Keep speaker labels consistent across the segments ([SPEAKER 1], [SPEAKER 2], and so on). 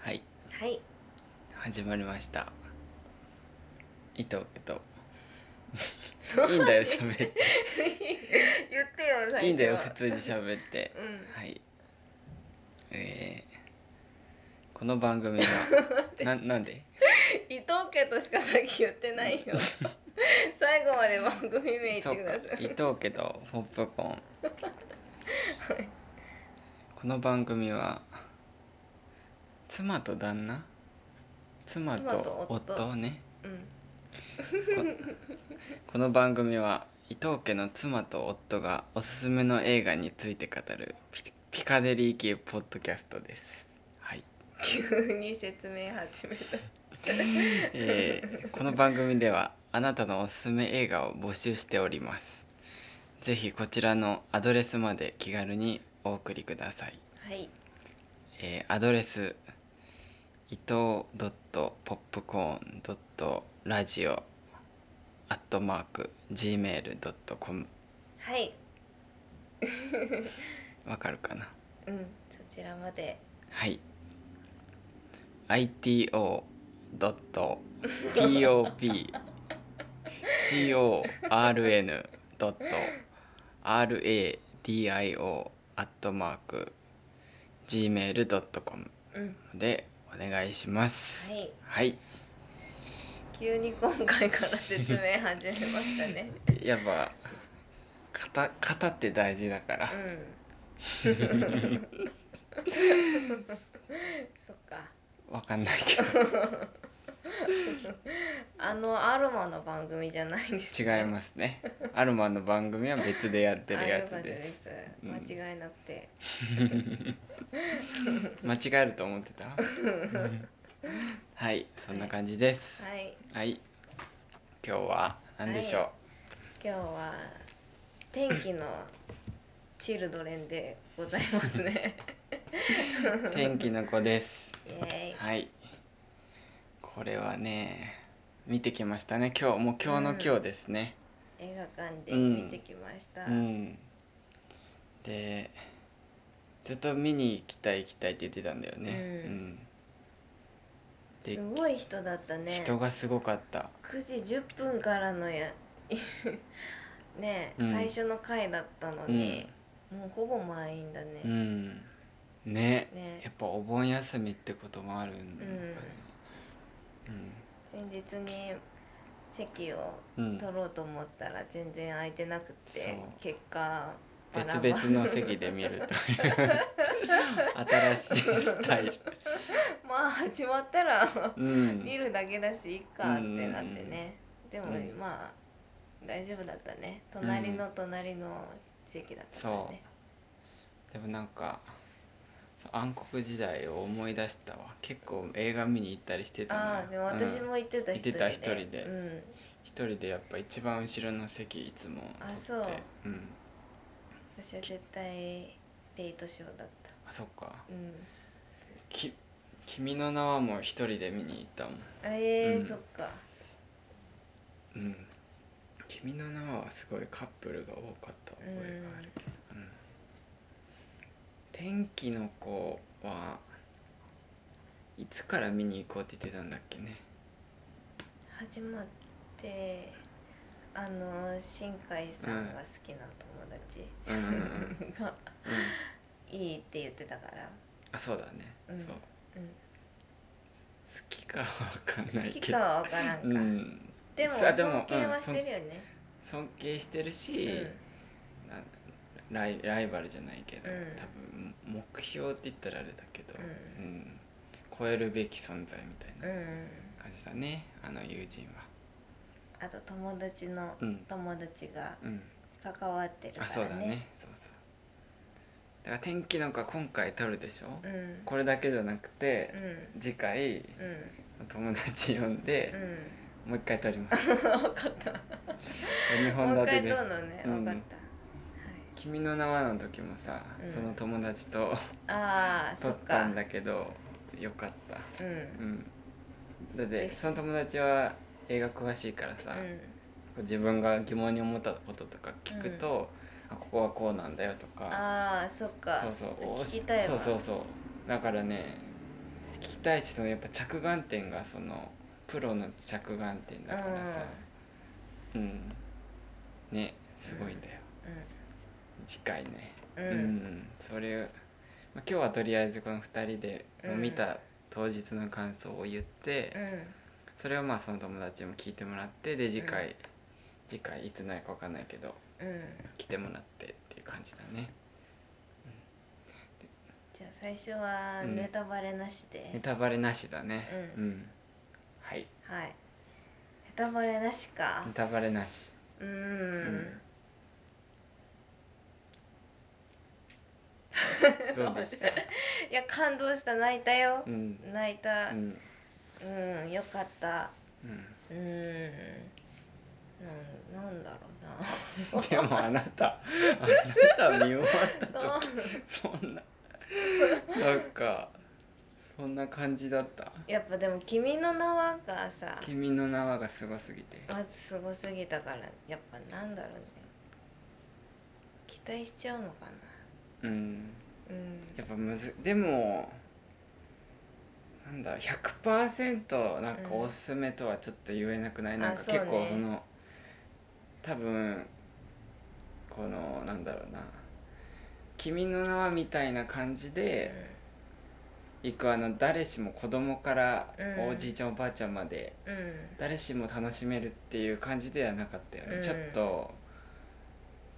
[SPEAKER 1] はい
[SPEAKER 2] 始まりました伊藤 といいんだよ喋って
[SPEAKER 1] 言ってよ最初
[SPEAKER 2] いいんだよ普通に喋って
[SPEAKER 1] うん
[SPEAKER 2] はいえー、この番組 はななんで
[SPEAKER 1] 伊藤家としかさっき言ってない よ最後まで番組名言っ
[SPEAKER 2] そう
[SPEAKER 1] てくだ
[SPEAKER 2] か
[SPEAKER 1] さ
[SPEAKER 2] 伊
[SPEAKER 1] い
[SPEAKER 2] 藤家とポップコーン、この番組は妻と旦那妻
[SPEAKER 1] 妻と
[SPEAKER 2] と
[SPEAKER 1] 夫
[SPEAKER 2] 夫ね
[SPEAKER 1] うん
[SPEAKER 2] この番組は伊藤家の妻と夫がおすすめの映画について語るピピカデリー系ポッドキャストです。はい、
[SPEAKER 1] 急に説明始めた
[SPEAKER 2] えーこの番組ではあなたのおすすめ映画を募集しております。ぜひこちらのアドレスまで気軽にお送りください。
[SPEAKER 1] はい
[SPEAKER 2] えーアドレス伊藤ドットポップコーンドットラジオアットマーク gmail ドットコム
[SPEAKER 1] はい
[SPEAKER 2] わかるかな。
[SPEAKER 1] うんそちらまで
[SPEAKER 2] はい。ito.popcorn.radio アットマーク gmail.com
[SPEAKER 1] うん
[SPEAKER 2] でお願いします。
[SPEAKER 1] はい
[SPEAKER 2] はい。
[SPEAKER 1] 急に今回から説明始めまし たね
[SPEAKER 2] やっぱ型型って大事だから
[SPEAKER 1] う。んそっか
[SPEAKER 2] わかんないけど
[SPEAKER 1] あのアロマの番組じゃないんです
[SPEAKER 2] 違いますね。アロマの番組は別でやってるやつ
[SPEAKER 1] あよ
[SPEAKER 2] で
[SPEAKER 1] かったですす。
[SPEAKER 2] うん
[SPEAKER 1] 間違いなくて、
[SPEAKER 2] 間違えると思ってたはいそんな感じです
[SPEAKER 1] はい
[SPEAKER 2] はい、今日は何でしょう、
[SPEAKER 1] 今日は天気のチルドレンでございますね
[SPEAKER 2] 天気の子です
[SPEAKER 1] イエ
[SPEAKER 2] はいこれはね見てきましたね今日もう今日の今日ですね
[SPEAKER 1] ーイ映画館で見てきました、
[SPEAKER 2] うん、でずっと見に行きたい行きたいって言ってたんだよね
[SPEAKER 1] うん
[SPEAKER 2] うん
[SPEAKER 1] すごい人だった
[SPEAKER 2] で
[SPEAKER 1] ね
[SPEAKER 2] 人がすごかった
[SPEAKER 1] 9時10分からのや ねえ、
[SPEAKER 2] うん
[SPEAKER 1] 最初の回だったのに、もうほぼ満員だね、
[SPEAKER 2] うんね
[SPEAKER 1] ね
[SPEAKER 2] やっぱお盆休みってこともあるんだ
[SPEAKER 1] う
[SPEAKER 2] よ
[SPEAKER 1] ん
[SPEAKER 2] ね
[SPEAKER 1] 先日に席を
[SPEAKER 2] うん、うん
[SPEAKER 1] 取ろうと思ったら全然空いてなくて、
[SPEAKER 2] そう
[SPEAKER 1] 結果バラバラ
[SPEAKER 2] 別々の席で見るという新しいスタイル、
[SPEAKER 1] まあ始まったら
[SPEAKER 2] う
[SPEAKER 1] 見
[SPEAKER 2] ん、
[SPEAKER 1] るだけだしいっかってなってね、でも、
[SPEAKER 2] うん
[SPEAKER 1] まあ大丈夫だったね隣の隣の席だったからね、
[SPEAKER 2] でもなんかそう暗黒時代を思い出したわ結構映画見に行ったりしてたな
[SPEAKER 1] ああでも私
[SPEAKER 2] うん
[SPEAKER 1] も行ってた
[SPEAKER 2] うん
[SPEAKER 1] 一人で、
[SPEAKER 2] 行ってた一人で
[SPEAKER 1] うん、
[SPEAKER 2] 一人でやっぱ一番後ろの席いつも
[SPEAKER 1] あ
[SPEAKER 2] 取って
[SPEAKER 1] そう
[SPEAKER 2] うん、
[SPEAKER 1] 私は絶対レイトショーだった
[SPEAKER 2] あそっか
[SPEAKER 1] うん
[SPEAKER 2] き「君の名は」も一人で見に行ったもん
[SPEAKER 1] あえー
[SPEAKER 2] うん
[SPEAKER 1] そっか
[SPEAKER 2] うん「君の名は」すごいカップルが多かった覚えがあるけど、うん天気の子はいつから見に行こうって言ってたんだっけ ね
[SPEAKER 1] 始まってあの新海さんが好きな友達
[SPEAKER 2] うんうんうん、うん、
[SPEAKER 1] がいいって言ってたから、
[SPEAKER 2] あそうだね、
[SPEAKER 1] うん
[SPEAKER 2] そう好
[SPEAKER 1] う、
[SPEAKER 2] きかは分かんなんい
[SPEAKER 1] 好
[SPEAKER 2] け
[SPEAKER 1] き
[SPEAKER 2] ど
[SPEAKER 1] かは分からんか、
[SPEAKER 2] うん
[SPEAKER 1] でも
[SPEAKER 2] さあでも
[SPEAKER 1] 尊敬
[SPEAKER 2] う
[SPEAKER 1] は
[SPEAKER 2] ん
[SPEAKER 1] してるよね、
[SPEAKER 2] 尊敬してる
[SPEAKER 1] うん
[SPEAKER 2] し、なライライバルじゃないけど、
[SPEAKER 1] うん
[SPEAKER 2] 多分目標って言ったらあれだけど、
[SPEAKER 1] う
[SPEAKER 2] うん超えるべき存在みたいな
[SPEAKER 1] うんうん
[SPEAKER 2] 感じだねあの友人は
[SPEAKER 1] あと友達の
[SPEAKER 2] うん
[SPEAKER 1] 友達が
[SPEAKER 2] うん
[SPEAKER 1] 関わってるか
[SPEAKER 2] あそう
[SPEAKER 1] ら
[SPEAKER 2] だ
[SPEAKER 1] ね
[SPEAKER 2] ねそうそうだから天気の子は今回撮るでしょ、
[SPEAKER 1] うんうん
[SPEAKER 2] これだけじゃなくて、次回
[SPEAKER 1] うん
[SPEAKER 2] 友達呼ん
[SPEAKER 1] う
[SPEAKER 2] で、
[SPEAKER 1] ん
[SPEAKER 2] もう一回撮ります
[SPEAKER 1] 分かった
[SPEAKER 2] 二
[SPEAKER 1] も
[SPEAKER 2] 本
[SPEAKER 1] う一
[SPEAKER 2] 立て
[SPEAKER 1] 回
[SPEAKER 2] で
[SPEAKER 1] どう
[SPEAKER 2] す
[SPEAKER 1] のね
[SPEAKER 2] う
[SPEAKER 1] 分
[SPEAKER 2] ん
[SPEAKER 1] かっ
[SPEAKER 2] 君の名はの時もさ、
[SPEAKER 1] うん
[SPEAKER 2] その友達と
[SPEAKER 1] た、はい、ああ
[SPEAKER 2] 撮
[SPEAKER 1] そ
[SPEAKER 2] っ
[SPEAKER 1] っか
[SPEAKER 2] たんだけどよかった
[SPEAKER 1] うん
[SPEAKER 2] うんだって
[SPEAKER 1] です
[SPEAKER 2] その友達は映画詳しいからさ、
[SPEAKER 1] うん
[SPEAKER 2] 自分が疑問に思ったこととか聞くと、あここはこうなんだよとか
[SPEAKER 1] ああそっか
[SPEAKER 2] そうそうお
[SPEAKER 1] 聞きたいわ
[SPEAKER 2] そうそうそうだからね聞き対してそのやっぱ着眼点がそのプロの着眼点だからさうん、ねすごいんだよ、次回ね
[SPEAKER 1] うん
[SPEAKER 2] それ、まあ、今日はとりあえずこの2人で
[SPEAKER 1] うん
[SPEAKER 2] 見た当日の感想を言って、
[SPEAKER 1] うんうん
[SPEAKER 2] それをまあその友達にも聞いてもらってで次回、
[SPEAKER 1] う
[SPEAKER 2] 次回いつになるかわかんないけど
[SPEAKER 1] うん
[SPEAKER 2] 来てもらってっていう感じだね
[SPEAKER 1] じゃあ最初は
[SPEAKER 2] うん
[SPEAKER 1] ネタバレなしで、
[SPEAKER 2] ネタバレなしだね
[SPEAKER 1] うん
[SPEAKER 2] はい
[SPEAKER 1] はいネタバレなしか
[SPEAKER 2] ネタバレなし
[SPEAKER 1] うーん
[SPEAKER 2] う んどうでした
[SPEAKER 1] いや感動した泣いたよ
[SPEAKER 2] う、ん
[SPEAKER 1] 泣いうたうん
[SPEAKER 2] ん、
[SPEAKER 1] うん、よかった
[SPEAKER 2] うん
[SPEAKER 1] うーんなんなんだろうな
[SPEAKER 2] でもあなたあなた見終わった時そんななんかそんな感じだった
[SPEAKER 1] やっぱでも「君の名は」がさ
[SPEAKER 2] 君の名はがすごすぎて
[SPEAKER 1] まずすごすぎたからやっぱなんだろうね期待しちゃうのか
[SPEAKER 2] うん
[SPEAKER 1] なうん
[SPEAKER 2] やっぱむずでもなんだ100%なんかおすすめとはちょっと言えなくない、
[SPEAKER 1] うん
[SPEAKER 2] なんか
[SPEAKER 1] あそうね
[SPEAKER 2] 結構その多分このなんだろうな「君の名は」みたいな感じで、行くあの誰しも子供から
[SPEAKER 1] うん
[SPEAKER 2] おじいちゃんおばあちゃんまで
[SPEAKER 1] うんうん
[SPEAKER 2] 誰しも楽しめるっていう感じではなかったよね、
[SPEAKER 1] うん
[SPEAKER 2] ちょっと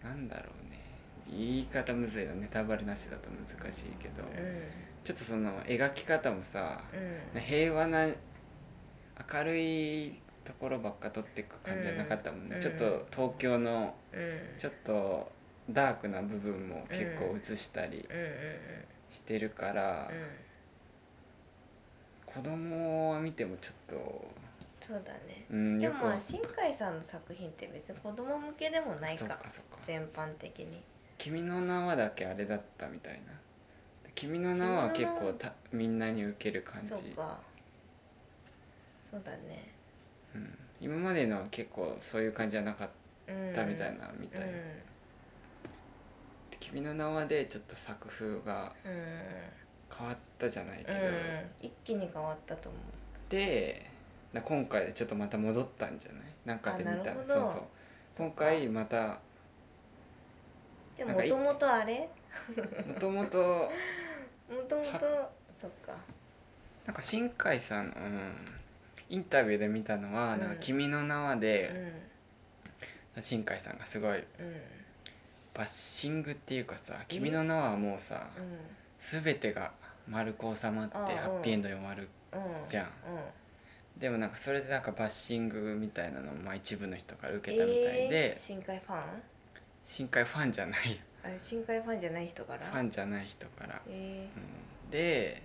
[SPEAKER 2] なんだろうね言い方むずいなネタバレなしだと難しいけど、
[SPEAKER 1] うん
[SPEAKER 2] ちょっとその描き方もさ、
[SPEAKER 1] うん
[SPEAKER 2] 平和な明るいところばっか撮っていく感じじゃなかったもんね、
[SPEAKER 1] うん
[SPEAKER 2] ちょっと東京の
[SPEAKER 1] うん
[SPEAKER 2] ちょっとダークな部分も結構映したり
[SPEAKER 1] うんうん
[SPEAKER 2] してるから、
[SPEAKER 1] うんうん
[SPEAKER 2] 子供は見てもちょっと、
[SPEAKER 1] そうだね
[SPEAKER 2] うん、
[SPEAKER 1] で
[SPEAKER 2] よ
[SPEAKER 1] も
[SPEAKER 2] く
[SPEAKER 1] ま
[SPEAKER 2] わ
[SPEAKER 1] あ新海さんの作品って別に子供向けでもない
[SPEAKER 2] そっ
[SPEAKER 1] か
[SPEAKER 2] かそっか
[SPEAKER 1] 全般的に
[SPEAKER 2] 「君の名は」だけあれだったみたいな「君の名は」は結構たみんなに受ける感じ
[SPEAKER 1] そうかそうだね
[SPEAKER 2] うん、今までのは結構そういう感じじゃなかっ
[SPEAKER 1] うん
[SPEAKER 2] たみたいな、みたいな「君の名は」でちょっと作風が
[SPEAKER 1] うんうん
[SPEAKER 2] 変わったじゃないけ
[SPEAKER 1] う
[SPEAKER 2] ど、
[SPEAKER 1] ん一気に変わったと思う
[SPEAKER 2] でな今回でちょっとまた戻ったんじゃないなんかで見
[SPEAKER 1] あな
[SPEAKER 2] た
[SPEAKER 1] るほ
[SPEAKER 2] そ
[SPEAKER 1] ど
[SPEAKER 2] うそう今回また
[SPEAKER 1] で
[SPEAKER 2] なん
[SPEAKER 1] も
[SPEAKER 2] かい
[SPEAKER 1] ともとあれ
[SPEAKER 2] もともと
[SPEAKER 1] もともとそっか
[SPEAKER 2] なんか新海さんの、うん、インタビューで見たのは「
[SPEAKER 1] うん
[SPEAKER 2] なんか君の名は
[SPEAKER 1] う
[SPEAKER 2] で」
[SPEAKER 1] ん
[SPEAKER 2] 新海さんがすごい
[SPEAKER 1] うん
[SPEAKER 2] バッシングっていうかさ「君の名は」はもうさ全てが丸く収まって
[SPEAKER 1] ああうん
[SPEAKER 2] ハッピーエンドに終わる
[SPEAKER 1] うんうん
[SPEAKER 2] じゃん
[SPEAKER 1] う
[SPEAKER 2] でもなんかそれでなんかバッシングみたいなのをまあ一部の人から受
[SPEAKER 1] ん
[SPEAKER 2] けたみたい
[SPEAKER 1] え
[SPEAKER 2] で
[SPEAKER 1] ー、深海ファンあ
[SPEAKER 2] 新海ファンじゃないよ
[SPEAKER 1] 深海ファンじゃない人か
[SPEAKER 2] フ
[SPEAKER 1] ら
[SPEAKER 2] ァンじゃない人から、
[SPEAKER 1] え
[SPEAKER 2] うん、で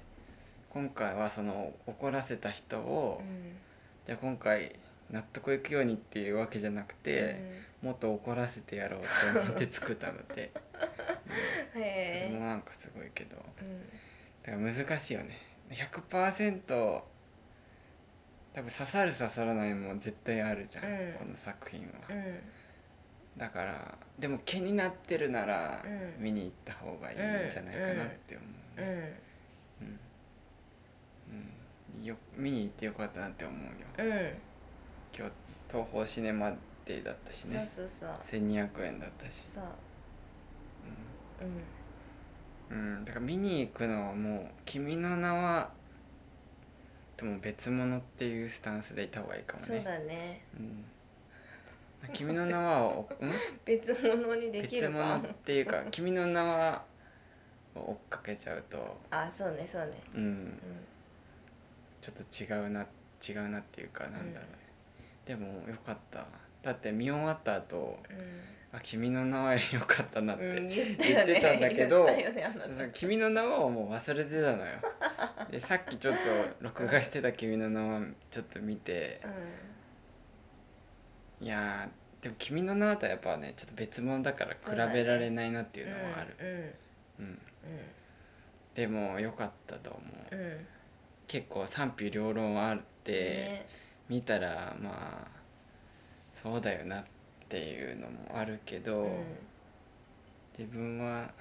[SPEAKER 2] 今回はその怒らせた人
[SPEAKER 1] ー、
[SPEAKER 2] を、
[SPEAKER 1] うん
[SPEAKER 2] じゃあ今回納得いくようにっていうわけじゃなくて、もっと怒らせてやろうって思って作ったの で、うん
[SPEAKER 1] うん、
[SPEAKER 2] それも
[SPEAKER 1] へ
[SPEAKER 2] なんかすごいけど
[SPEAKER 1] えうん
[SPEAKER 2] だから難しいよね100%多分刺さる刺さらないも絶対あるじゃん、
[SPEAKER 1] うん
[SPEAKER 2] この作品は、
[SPEAKER 1] うん
[SPEAKER 2] だからでも気になってるなら
[SPEAKER 1] うん
[SPEAKER 2] 見に行った方がいいんじゃないかなって思う
[SPEAKER 1] う
[SPEAKER 2] ね
[SPEAKER 1] ん
[SPEAKER 2] うん、うんよ見に行ってよかったなって思うよ
[SPEAKER 1] うん
[SPEAKER 2] 今日東宝シネマデーだったしね
[SPEAKER 1] そうそうそ
[SPEAKER 2] 1200
[SPEAKER 1] う
[SPEAKER 2] 円だったし、
[SPEAKER 1] そううん
[SPEAKER 2] うんうん、だから見に行くのはもう「君の名は」とも別物っていうスタンスでいた方がいいかもね
[SPEAKER 1] そうだね
[SPEAKER 2] うん、君の名は を、うん、
[SPEAKER 1] 別物にでき
[SPEAKER 2] 別
[SPEAKER 1] る
[SPEAKER 2] 物っ
[SPEAKER 1] か
[SPEAKER 2] ていうか「君の名は」を追っかけちゃうと、
[SPEAKER 1] あそうねそうね
[SPEAKER 2] うん
[SPEAKER 1] う、ん
[SPEAKER 2] ちょっと違うな違うなっていうかなんだろうね、でもよかっただって見終わった後あ君の名はよかったなっ
[SPEAKER 1] うん、うん、
[SPEAKER 2] て、
[SPEAKER 1] 言ったよね
[SPEAKER 2] 言ってたんだけど
[SPEAKER 1] 言ったよねあなた
[SPEAKER 2] 君の名はをもう忘れてたのよでさっきちょっと録画してた「君の名は」ちょっと見て、いやーでも「君の名は」とはやっぱねちょっと別物だから
[SPEAKER 1] そうだね
[SPEAKER 2] 比べられないなっていうのはある、
[SPEAKER 1] うん
[SPEAKER 2] うん、
[SPEAKER 1] う
[SPEAKER 2] でも良かったと思う、
[SPEAKER 1] んうんうん
[SPEAKER 2] 結構賛否両論あって、
[SPEAKER 1] ね
[SPEAKER 2] 見たらまあそうだよなっていうのもあるけど、
[SPEAKER 1] う
[SPEAKER 2] 自分は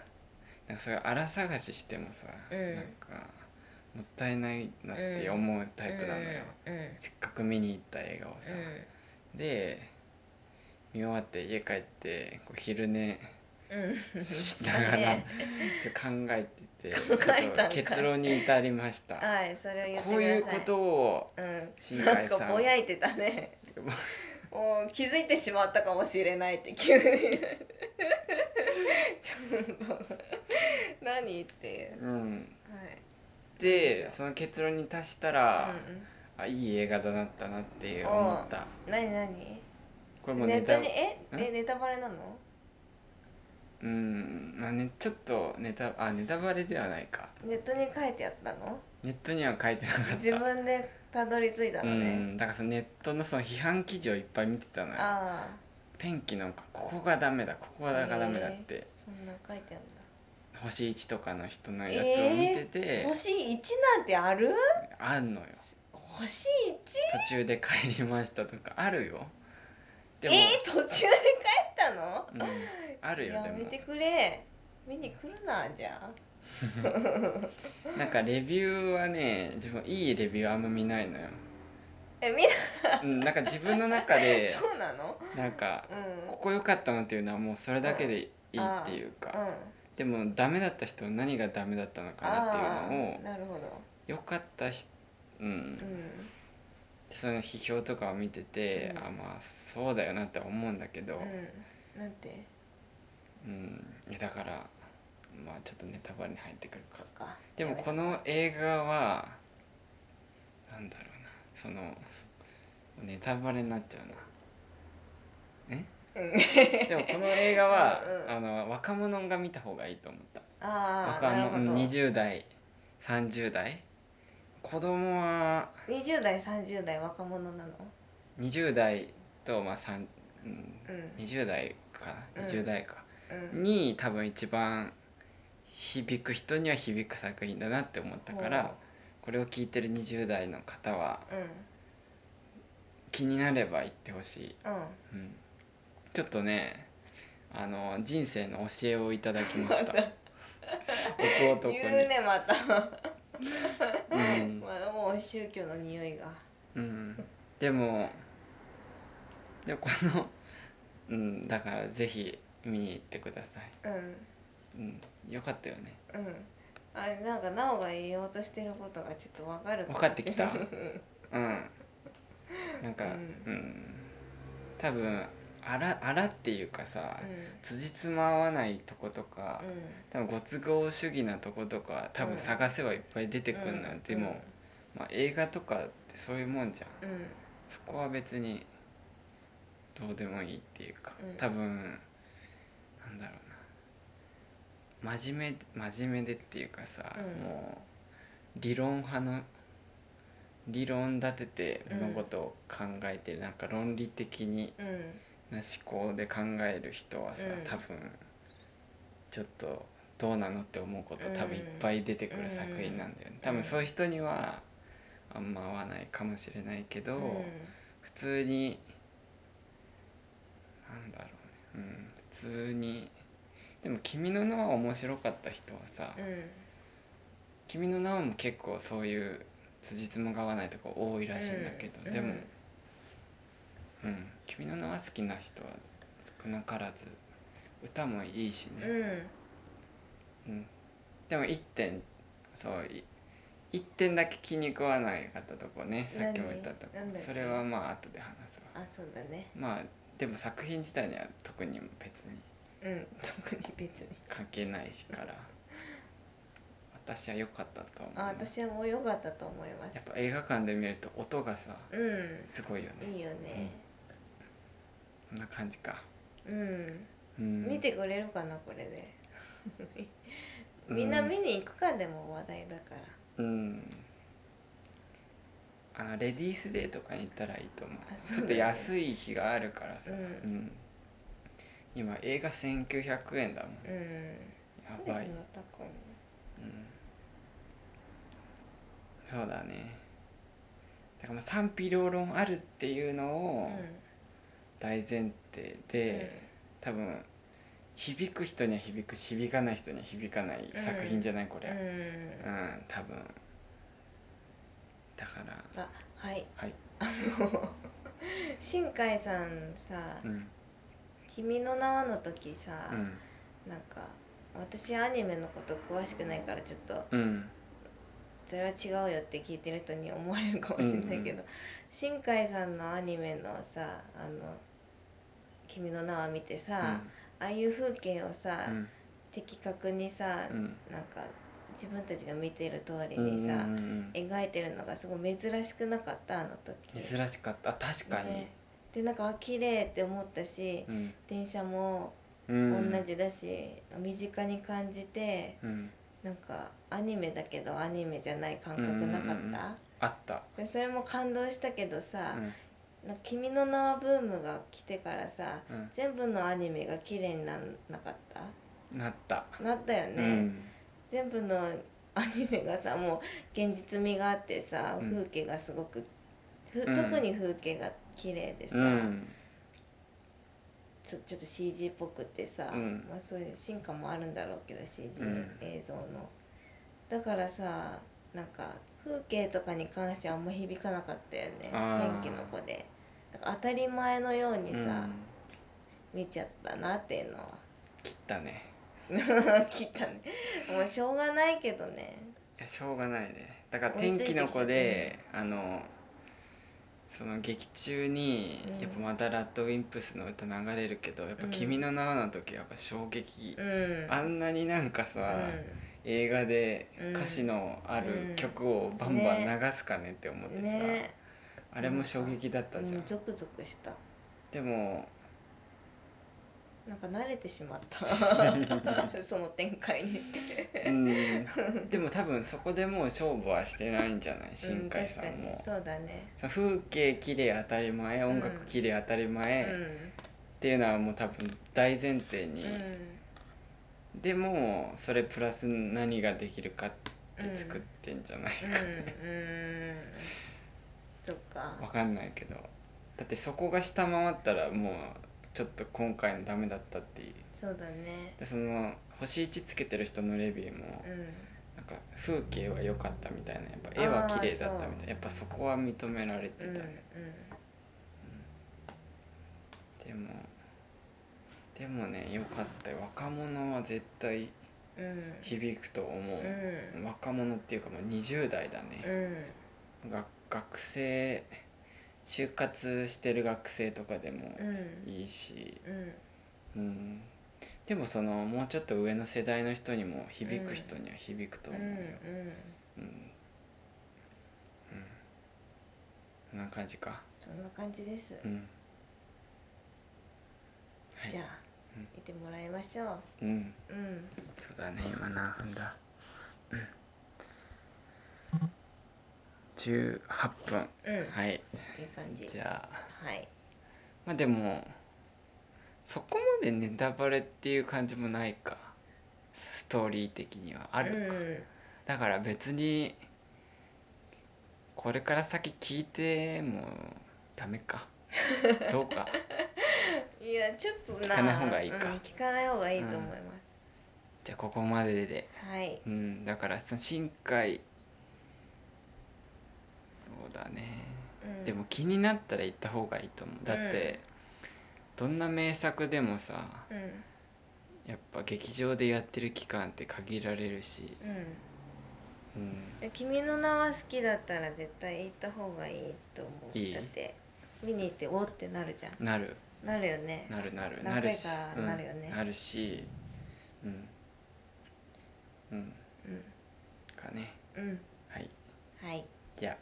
[SPEAKER 2] なんかそういう荒探ししてもさ、
[SPEAKER 1] うん
[SPEAKER 2] なんかもったいないなって思うタイプなのよ、
[SPEAKER 1] うんうん
[SPEAKER 2] せっかく見に行った映画をさ、で見終わって家帰ってこう昼寝
[SPEAKER 1] うんうん
[SPEAKER 2] しなが
[SPEAKER 1] そう
[SPEAKER 2] ら
[SPEAKER 1] ね
[SPEAKER 2] ちょっと考えてて
[SPEAKER 1] 考えたんかい
[SPEAKER 2] ちょっと結論に至りました
[SPEAKER 1] はいそれを言って
[SPEAKER 2] こういう
[SPEAKER 1] ください
[SPEAKER 2] ことを
[SPEAKER 1] うん
[SPEAKER 2] 新
[SPEAKER 1] なん
[SPEAKER 2] 海さ
[SPEAKER 1] か
[SPEAKER 2] ん
[SPEAKER 1] ぼやいて たねもう気づいてしまったかもしれないって急にちょっと何って
[SPEAKER 2] うん、
[SPEAKER 1] はい
[SPEAKER 2] でその結論に達したら、
[SPEAKER 1] うんうん
[SPEAKER 2] あいい映画だなったなっていう思った
[SPEAKER 1] 何何
[SPEAKER 2] これも
[SPEAKER 1] ネ
[SPEAKER 2] ネ
[SPEAKER 1] ット
[SPEAKER 2] タ
[SPEAKER 1] にえ
[SPEAKER 2] ん
[SPEAKER 1] えネタバレなの
[SPEAKER 2] うん、まあね、ちょっとネタあネタバレではないか
[SPEAKER 1] ネットに書いてあったの
[SPEAKER 2] ネットには書いてなかった
[SPEAKER 1] 自分でたどり着いたの
[SPEAKER 2] う
[SPEAKER 1] ね
[SPEAKER 2] んだからそのネットのその批判記事をいっぱい見てたのよ
[SPEAKER 1] ああ
[SPEAKER 2] 天気のここがダメだここがダメだって、
[SPEAKER 1] そんな書いてあるんだ
[SPEAKER 2] 星1とかの人のやつを見てて
[SPEAKER 1] えー、、星1なんてある
[SPEAKER 2] あんのよ
[SPEAKER 1] 星
[SPEAKER 2] 途中で帰りましたとかあるよ
[SPEAKER 1] 1?
[SPEAKER 2] で
[SPEAKER 1] え
[SPEAKER 2] も、
[SPEAKER 1] ー、途中で帰ったの
[SPEAKER 2] うん、あるよ
[SPEAKER 1] や
[SPEAKER 2] で
[SPEAKER 1] め
[SPEAKER 2] も
[SPEAKER 1] てくれ見に来るなじゃ
[SPEAKER 2] なんかレビューはね自分いいレビューあんま見ないのよ、
[SPEAKER 1] あえみんな
[SPEAKER 2] うん、なんか自分の中で
[SPEAKER 1] そうなの
[SPEAKER 2] なんか
[SPEAKER 1] うん
[SPEAKER 2] ここ良かったのっていうのはもうそれだけでいいっていう
[SPEAKER 1] う
[SPEAKER 2] か、
[SPEAKER 1] ん
[SPEAKER 2] でもダメだった人は何がダメだったのかなっていうの
[SPEAKER 1] あ
[SPEAKER 2] を
[SPEAKER 1] ーなるほど
[SPEAKER 2] 良かった人うん、
[SPEAKER 1] うん
[SPEAKER 2] その批評とかを見てて、
[SPEAKER 1] うん
[SPEAKER 2] あまあそうだよなって思うんだけど、
[SPEAKER 1] うんなんて
[SPEAKER 2] うん、いやだからまあちょっとネタバレに入ってくるか
[SPEAKER 1] そっか
[SPEAKER 2] でもこ
[SPEAKER 1] の
[SPEAKER 2] の映画はなんだろうなそのネタバレになっちゃうなえでもこの映画は
[SPEAKER 1] うんうん
[SPEAKER 2] あの若者が見た方がいいと思った
[SPEAKER 1] ああ
[SPEAKER 2] 若
[SPEAKER 1] なる
[SPEAKER 2] 者
[SPEAKER 1] ほど
[SPEAKER 2] 20代30代子供は
[SPEAKER 1] 20代30代若者なの
[SPEAKER 2] 20代とまあ3、うん、
[SPEAKER 1] うん
[SPEAKER 2] 20代か
[SPEAKER 1] うん
[SPEAKER 2] な20代か、
[SPEAKER 1] うん
[SPEAKER 2] に多分一番響く人には響く作品だなって思ったか
[SPEAKER 1] ほう
[SPEAKER 2] らこれを聞いてる20代の方は
[SPEAKER 1] うん
[SPEAKER 2] 気になれば言ってほしい、
[SPEAKER 1] うん
[SPEAKER 2] うん、ちょっとねあの人生の教えをいただきました 僕男に
[SPEAKER 1] 言うねまた、
[SPEAKER 2] うん
[SPEAKER 1] まあ、もう宗教の匂いが
[SPEAKER 2] うん、でもでもこの、うん、だからぜひ見に行ってください、
[SPEAKER 1] うん
[SPEAKER 2] うん、よかったよね
[SPEAKER 1] うんあれなんかなおが言おうとしてることがちょっとわかる
[SPEAKER 2] 分かってきた
[SPEAKER 1] うん
[SPEAKER 2] うんなんか、
[SPEAKER 1] う
[SPEAKER 2] うんん多分あらあらっていうかさ、辻褄合わないとことか、多分ご都合主義なとことか多
[SPEAKER 1] うん
[SPEAKER 2] 分探せばいっぱい出てくるのよ、
[SPEAKER 1] うん
[SPEAKER 2] でも、まあ、映画とかってそういうもんじゃん
[SPEAKER 1] うんうん
[SPEAKER 2] そこは別にどうでもいいっていうか、
[SPEAKER 1] うん
[SPEAKER 2] 多分なんだろうな真面目真面目でっていうかさ、
[SPEAKER 1] うん
[SPEAKER 2] もう理論派の理論立てて物事を考えてる、なんか論理的に
[SPEAKER 1] うん
[SPEAKER 2] な思考で考える人はさ、
[SPEAKER 1] うん
[SPEAKER 2] 多分ちょっとどうなのって思うこと多分いっぱい出てくる作品なんだよね、
[SPEAKER 1] うん
[SPEAKER 2] 多分そういう人にはあんま合わないかもしれないけど、普通になんだろうねうん普通にでも「君の名は」面白かった人はさ「
[SPEAKER 1] うん
[SPEAKER 2] 君の名は」も結構そういう辻褄が合わないとこ多いらしいんだけど、
[SPEAKER 1] うん
[SPEAKER 2] でも
[SPEAKER 1] う
[SPEAKER 2] 「う
[SPEAKER 1] ん
[SPEAKER 2] ん、君の名は」好きな人は少なからず歌もいいし
[SPEAKER 1] う
[SPEAKER 2] ね、
[SPEAKER 1] ん
[SPEAKER 2] うんでも1点そうい一点だけ気に食わないかったとこねさっきも言ったとこ
[SPEAKER 1] 何なんだっけ
[SPEAKER 2] それはまあ後で話すわ。
[SPEAKER 1] あそうだね
[SPEAKER 2] まあでも作品自体には特に別に
[SPEAKER 1] うん特に別に
[SPEAKER 2] 関係ないし から私は良かったと思う
[SPEAKER 1] あ私はもう良かったと思います
[SPEAKER 2] やっぱ映画館で見ると音がさ
[SPEAKER 1] う
[SPEAKER 2] すごいよ
[SPEAKER 1] ん
[SPEAKER 2] ね
[SPEAKER 1] いいよね
[SPEAKER 2] こんな感じか
[SPEAKER 1] うん
[SPEAKER 2] うん
[SPEAKER 1] 見てくれるかなこれで
[SPEAKER 2] うん
[SPEAKER 1] みんな見に行くかでも話題だから
[SPEAKER 2] うんあのレディースデーとかに行ったらいいと思う
[SPEAKER 1] あそうだね
[SPEAKER 2] ちょっと安い日があるからさ、
[SPEAKER 1] うん
[SPEAKER 2] ん今映画1900円だもん
[SPEAKER 1] うん
[SPEAKER 2] やばい、
[SPEAKER 1] なんでこんな高いの
[SPEAKER 2] うんそうだねだからまあ賛否両論あるっていうのを大前提で、多分響く人には響く響かない人には響かない作品じゃない、こ
[SPEAKER 1] う
[SPEAKER 2] れ
[SPEAKER 1] んう
[SPEAKER 2] うん
[SPEAKER 1] ん
[SPEAKER 2] 多分だから
[SPEAKER 1] あはい
[SPEAKER 2] はい
[SPEAKER 1] あの新海さんさ「
[SPEAKER 2] うん
[SPEAKER 1] 君の名は」の時さ、
[SPEAKER 2] うん
[SPEAKER 1] なんか私アニメのこと詳しくないからちょっと
[SPEAKER 2] うん
[SPEAKER 1] それは違うよって聞いてる人に思われるかもしれないけ
[SPEAKER 2] う
[SPEAKER 1] ど、
[SPEAKER 2] んうん
[SPEAKER 1] 新海さんのアニメのさ「あの君の名は」見てさ、ああいう風景をさ、
[SPEAKER 2] うん
[SPEAKER 1] 的確にさ、
[SPEAKER 2] うん
[SPEAKER 1] なんか自分たちが見てる通り
[SPEAKER 2] うんうん
[SPEAKER 1] にさ、
[SPEAKER 2] うんうん
[SPEAKER 1] 描いてるのがすごい珍しくなかったあの時
[SPEAKER 2] 珍しかったあ確かに、
[SPEAKER 1] ねでなんかあ綺麗って思ったし、
[SPEAKER 2] うん
[SPEAKER 1] 電車も
[SPEAKER 2] うん
[SPEAKER 1] 同じだし、身近に感じて
[SPEAKER 2] うん
[SPEAKER 1] なんかアニメだけどアニメじゃない感覚なかった、
[SPEAKER 2] うんうんうんあった
[SPEAKER 1] でそれも感動したけどさ
[SPEAKER 2] うん
[SPEAKER 1] 「なんか君の名は」ブームが来てからさ、
[SPEAKER 2] うん
[SPEAKER 1] 全部のアニメが綺麗になんなかった
[SPEAKER 2] なった
[SPEAKER 1] なったよね、
[SPEAKER 2] うん
[SPEAKER 1] 全部のアニメがさもう現実味があってさ
[SPEAKER 2] うん
[SPEAKER 1] 風景がすごく、ふ
[SPEAKER 2] うん
[SPEAKER 1] 特に風景が綺麗でさ、
[SPEAKER 2] うん
[SPEAKER 1] ちょちょっと CG っぽくてさ、
[SPEAKER 2] うん
[SPEAKER 1] まあ、そういう進化もあるんだろうけど CG
[SPEAKER 2] うん
[SPEAKER 1] 映像の、だからさなんか風景とかに関してはあんま響かなかったよね
[SPEAKER 2] あー
[SPEAKER 1] 天気の子でなんか当たり前のようにさ、
[SPEAKER 2] うん
[SPEAKER 1] 見ちゃったなっていうのは
[SPEAKER 2] 切ったね
[SPEAKER 1] 切ったねもうしょうがないけどね
[SPEAKER 2] いやしょうがないねだから
[SPEAKER 1] 追い
[SPEAKER 2] 天
[SPEAKER 1] ついて
[SPEAKER 2] 気の子で、あのその劇中に、
[SPEAKER 1] うん
[SPEAKER 2] やっぱまた「ラッドウィンプス」の歌流れるけどやっぱ「
[SPEAKER 1] うん
[SPEAKER 2] 君の名は」の時はやっぱ衝撃
[SPEAKER 1] う、ん
[SPEAKER 2] あんなになんかさ、映画で歌詞のあ
[SPEAKER 1] うん
[SPEAKER 2] る曲をバンバン流すかねって思って
[SPEAKER 1] う
[SPEAKER 2] さ、
[SPEAKER 1] ん、ね
[SPEAKER 2] あれも衝撃だっ
[SPEAKER 1] う
[SPEAKER 2] たじゃん、
[SPEAKER 1] んゾクゾクした
[SPEAKER 2] で も
[SPEAKER 1] なんか慣れてしまった その展開に
[SPEAKER 2] うんでも多分そこでもう勝負はしてないんじゃない新海さん
[SPEAKER 1] う
[SPEAKER 2] も
[SPEAKER 1] 確、かにそうだね
[SPEAKER 2] その風景綺麗当たり前音
[SPEAKER 1] う
[SPEAKER 2] 楽
[SPEAKER 1] ん
[SPEAKER 2] 綺麗当たり前、
[SPEAKER 1] うん
[SPEAKER 2] っていうのはもう多分大前提に、
[SPEAKER 1] う
[SPEAKER 2] でもそれプラス何ができるかって作ってんじゃない
[SPEAKER 1] んうんうんそっか
[SPEAKER 2] わかんないけどだってそこが下回ったらもうちょっと今回のダメだったっていう
[SPEAKER 1] そうだね
[SPEAKER 2] でその星1つけてる人のレビューも
[SPEAKER 1] うん
[SPEAKER 2] なんか風景は良かったみたいなやっぱ絵は綺麗だったみた
[SPEAKER 1] あーそう
[SPEAKER 2] いなやっぱそこは認められて
[SPEAKER 1] う
[SPEAKER 2] た
[SPEAKER 1] んうん
[SPEAKER 2] ね、でもでもね良かったよ若者は絶対
[SPEAKER 1] うん
[SPEAKER 2] 響くと思う、
[SPEAKER 1] うん
[SPEAKER 2] 若者っていうかもう20代だ
[SPEAKER 1] う
[SPEAKER 2] ね、
[SPEAKER 1] ん
[SPEAKER 2] が学生就活してる学生とかでも
[SPEAKER 1] うん
[SPEAKER 2] いいし、
[SPEAKER 1] うん
[SPEAKER 2] うん、でもそのもうちょっと上の世代の人にも響く人には響くと
[SPEAKER 1] うんう
[SPEAKER 2] 思うよ、
[SPEAKER 1] ん
[SPEAKER 2] うんうんこんな感じか、
[SPEAKER 1] そんな感じです
[SPEAKER 2] うんはい、
[SPEAKER 1] じゃあ
[SPEAKER 2] うん
[SPEAKER 1] 見てもらいましょ
[SPEAKER 2] うん
[SPEAKER 1] ううん
[SPEAKER 2] そうだね、今何分だうん18分、
[SPEAKER 1] うん
[SPEAKER 2] はい
[SPEAKER 1] いい感じ
[SPEAKER 2] じゃあ
[SPEAKER 1] はい
[SPEAKER 2] まあでもそこまでネタバレっていう感じもないかストーリー的にはあるか、だから別にこれから先聞いてもダメ かどうか
[SPEAKER 1] うんいやちょっとな
[SPEAKER 2] 聞かない方がいいか
[SPEAKER 1] うん聞かない方がいいと思います
[SPEAKER 2] じゃあここまでで
[SPEAKER 1] はい
[SPEAKER 2] うんだからその深海そうだね、
[SPEAKER 1] うん
[SPEAKER 2] でも気になったら行った方がいいと思うだって、どんな名作でもさ
[SPEAKER 1] うん
[SPEAKER 2] やっぱ劇場でやってる期間って限られるし、
[SPEAKER 1] うん
[SPEAKER 2] うん、
[SPEAKER 1] え君の名は好きだったら絶対行った方がいいと思う
[SPEAKER 2] いい
[SPEAKER 1] だって見に行っておーってなるじゃん
[SPEAKER 2] なる
[SPEAKER 1] なるよね
[SPEAKER 2] なるなるな
[SPEAKER 1] 何
[SPEAKER 2] る
[SPEAKER 1] 回
[SPEAKER 2] し、
[SPEAKER 1] かなるよね
[SPEAKER 2] うん、なるしうんうんかね
[SPEAKER 1] うんうん
[SPEAKER 2] はい
[SPEAKER 1] はい
[SPEAKER 2] じゃ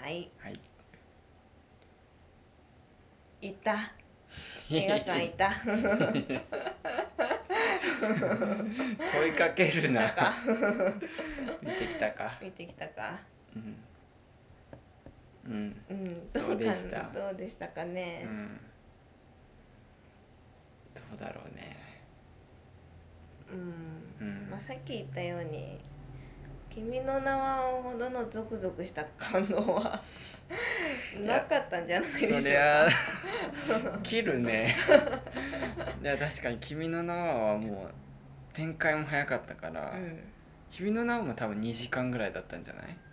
[SPEAKER 1] はい
[SPEAKER 2] あはい
[SPEAKER 1] 行った 映画館行った
[SPEAKER 2] 問いかけるな 見てきたか
[SPEAKER 1] 見てきたか
[SPEAKER 2] うんうん
[SPEAKER 1] うん
[SPEAKER 2] どう
[SPEAKER 1] かな
[SPEAKER 2] でした
[SPEAKER 1] どうでしたか
[SPEAKER 2] う
[SPEAKER 1] ね、
[SPEAKER 2] んどうだろうね
[SPEAKER 1] うん
[SPEAKER 2] うん
[SPEAKER 1] まあ、さっき言ったように「君の名は」ほどのゾクゾクした感動は
[SPEAKER 2] いや
[SPEAKER 1] なかったんじゃないでしょうか
[SPEAKER 2] そりゃ切るねいや確かに「君の名は」はもう展開も早かったから「
[SPEAKER 1] うん
[SPEAKER 2] 君の名は」も多分2時間ぐらいだったんじゃない